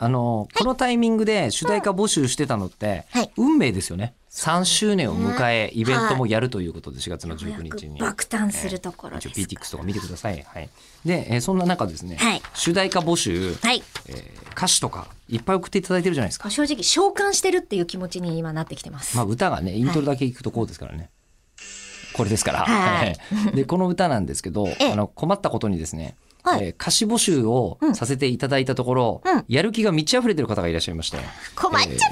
あの、このタイミングで主題歌募集してたのって、はい運命ですよね。3周年を迎え、イベントもやるということで、4月のよ19うやく日に。爆誕するところ一応ですか PTX とか見てください。はい。で、えーそんな中ですね、はい主題歌募集、はいえー歌詞とかいっぱい送っていただいてるじゃないですか。正直召喚してるっていう気持ちに今なってきてます、まあ歌がね、イントロだけ聞くとこうですからね。これですから。はいいで、この歌なんですけど、えあの困ったことにですね、はいえー歌詞募集をさせていただいたところ、うんやる気が満ち溢れてる方がいらっしゃいまして、困っちゃった、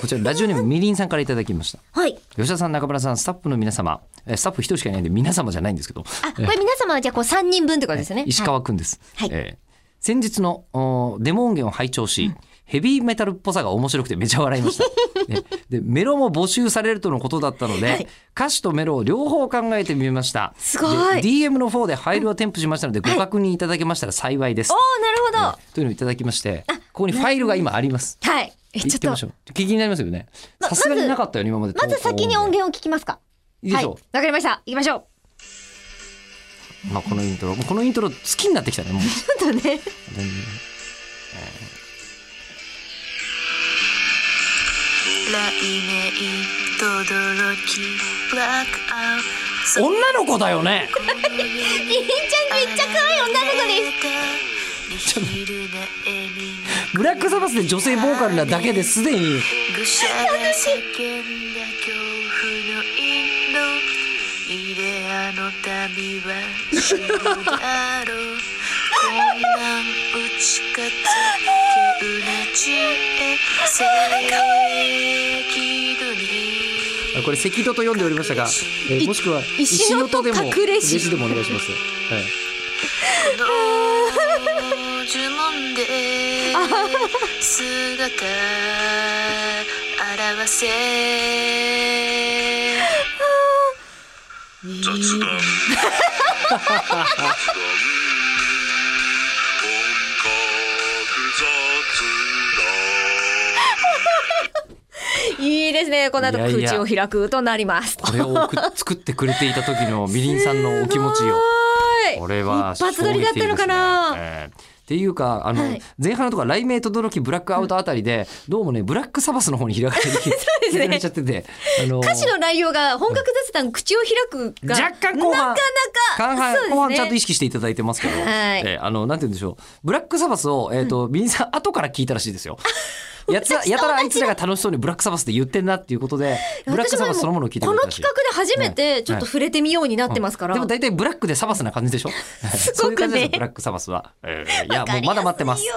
こちらラジオネームみりんさんからいただきました。はい吉田さん、中村さん、スタッフの皆様、えースタッフ一人しかいないんで皆様じゃないんですけど、あこれ皆様じゃあこう3人分ってことですよね石川くんです。はいえー先日のおデモ音源を拝聴し、ヘビーメタルっぽさが面白くてめちゃ笑いま した。えでメロも募集されるとのことだったので、はい歌詞とメロを両方考えてみました。すごでい DM の方でファイルを添付しましたので、ご確認いただけましたら幸いです。おーなるほど、というのをいただきまして、ここにファイルが今あります。はいえ行っちてみょまっしとょう。気になりますよね。まさすがになかったよね、今まで。まず先に音源を聞きますかいいでしょうはいわかりました行きましょうまあ、このイントロ、もうこのイントロ好きになってきたね、もう。 ちょっとね全然雷鳴とどろきブラックアウト女の子だよね。りんちゃんめっちゃ可愛い女の子ですですブラックサバスで女性ボーカルなだけですでにぐしゃら叫んだ恐怖のインドイデアの旅は死ぬだろう混乱打ち勝つ稀有な知恵正義のにこれ赤土と読んでおりましたが、えーいもしくは石の戸でも隠れしでもお願いします、はい、の呪文で姿表せいいですねこの後いやいや口を開くとなりますこれを送っ作ってくれていた時のみりんさんのお気持 ちよはーいこれは一発撮りだったのかな衝撃的ですねえーっていうかあの、はい前半のとか雷鳴とどろきブラックアウトあたりで、どうもねブラックサバスの方に開 かれて すね開かれちゃってて、あのー歌詞の内容が本格雑談口を開くが若干後半なか後なか半、そうですね後半ちゃんと意識していただいてますけど、はいえーあのなんて言うんでしょうブラックサバスをえっ、と、ビリンさん後から聞いたらしい ですよ。やつらやたらあいつらが楽しそうにブラックサバスって言ってんなっていうことでブラックサバスそのものを聞いてこくれのたらし企い。画で初めてちょっと触れてみようになってますから、でも大体 ブラックでサバスな感じでしょすそうごいう感くねじですブラックサバスは、えーいやわかもうりまやだ待ってますいよ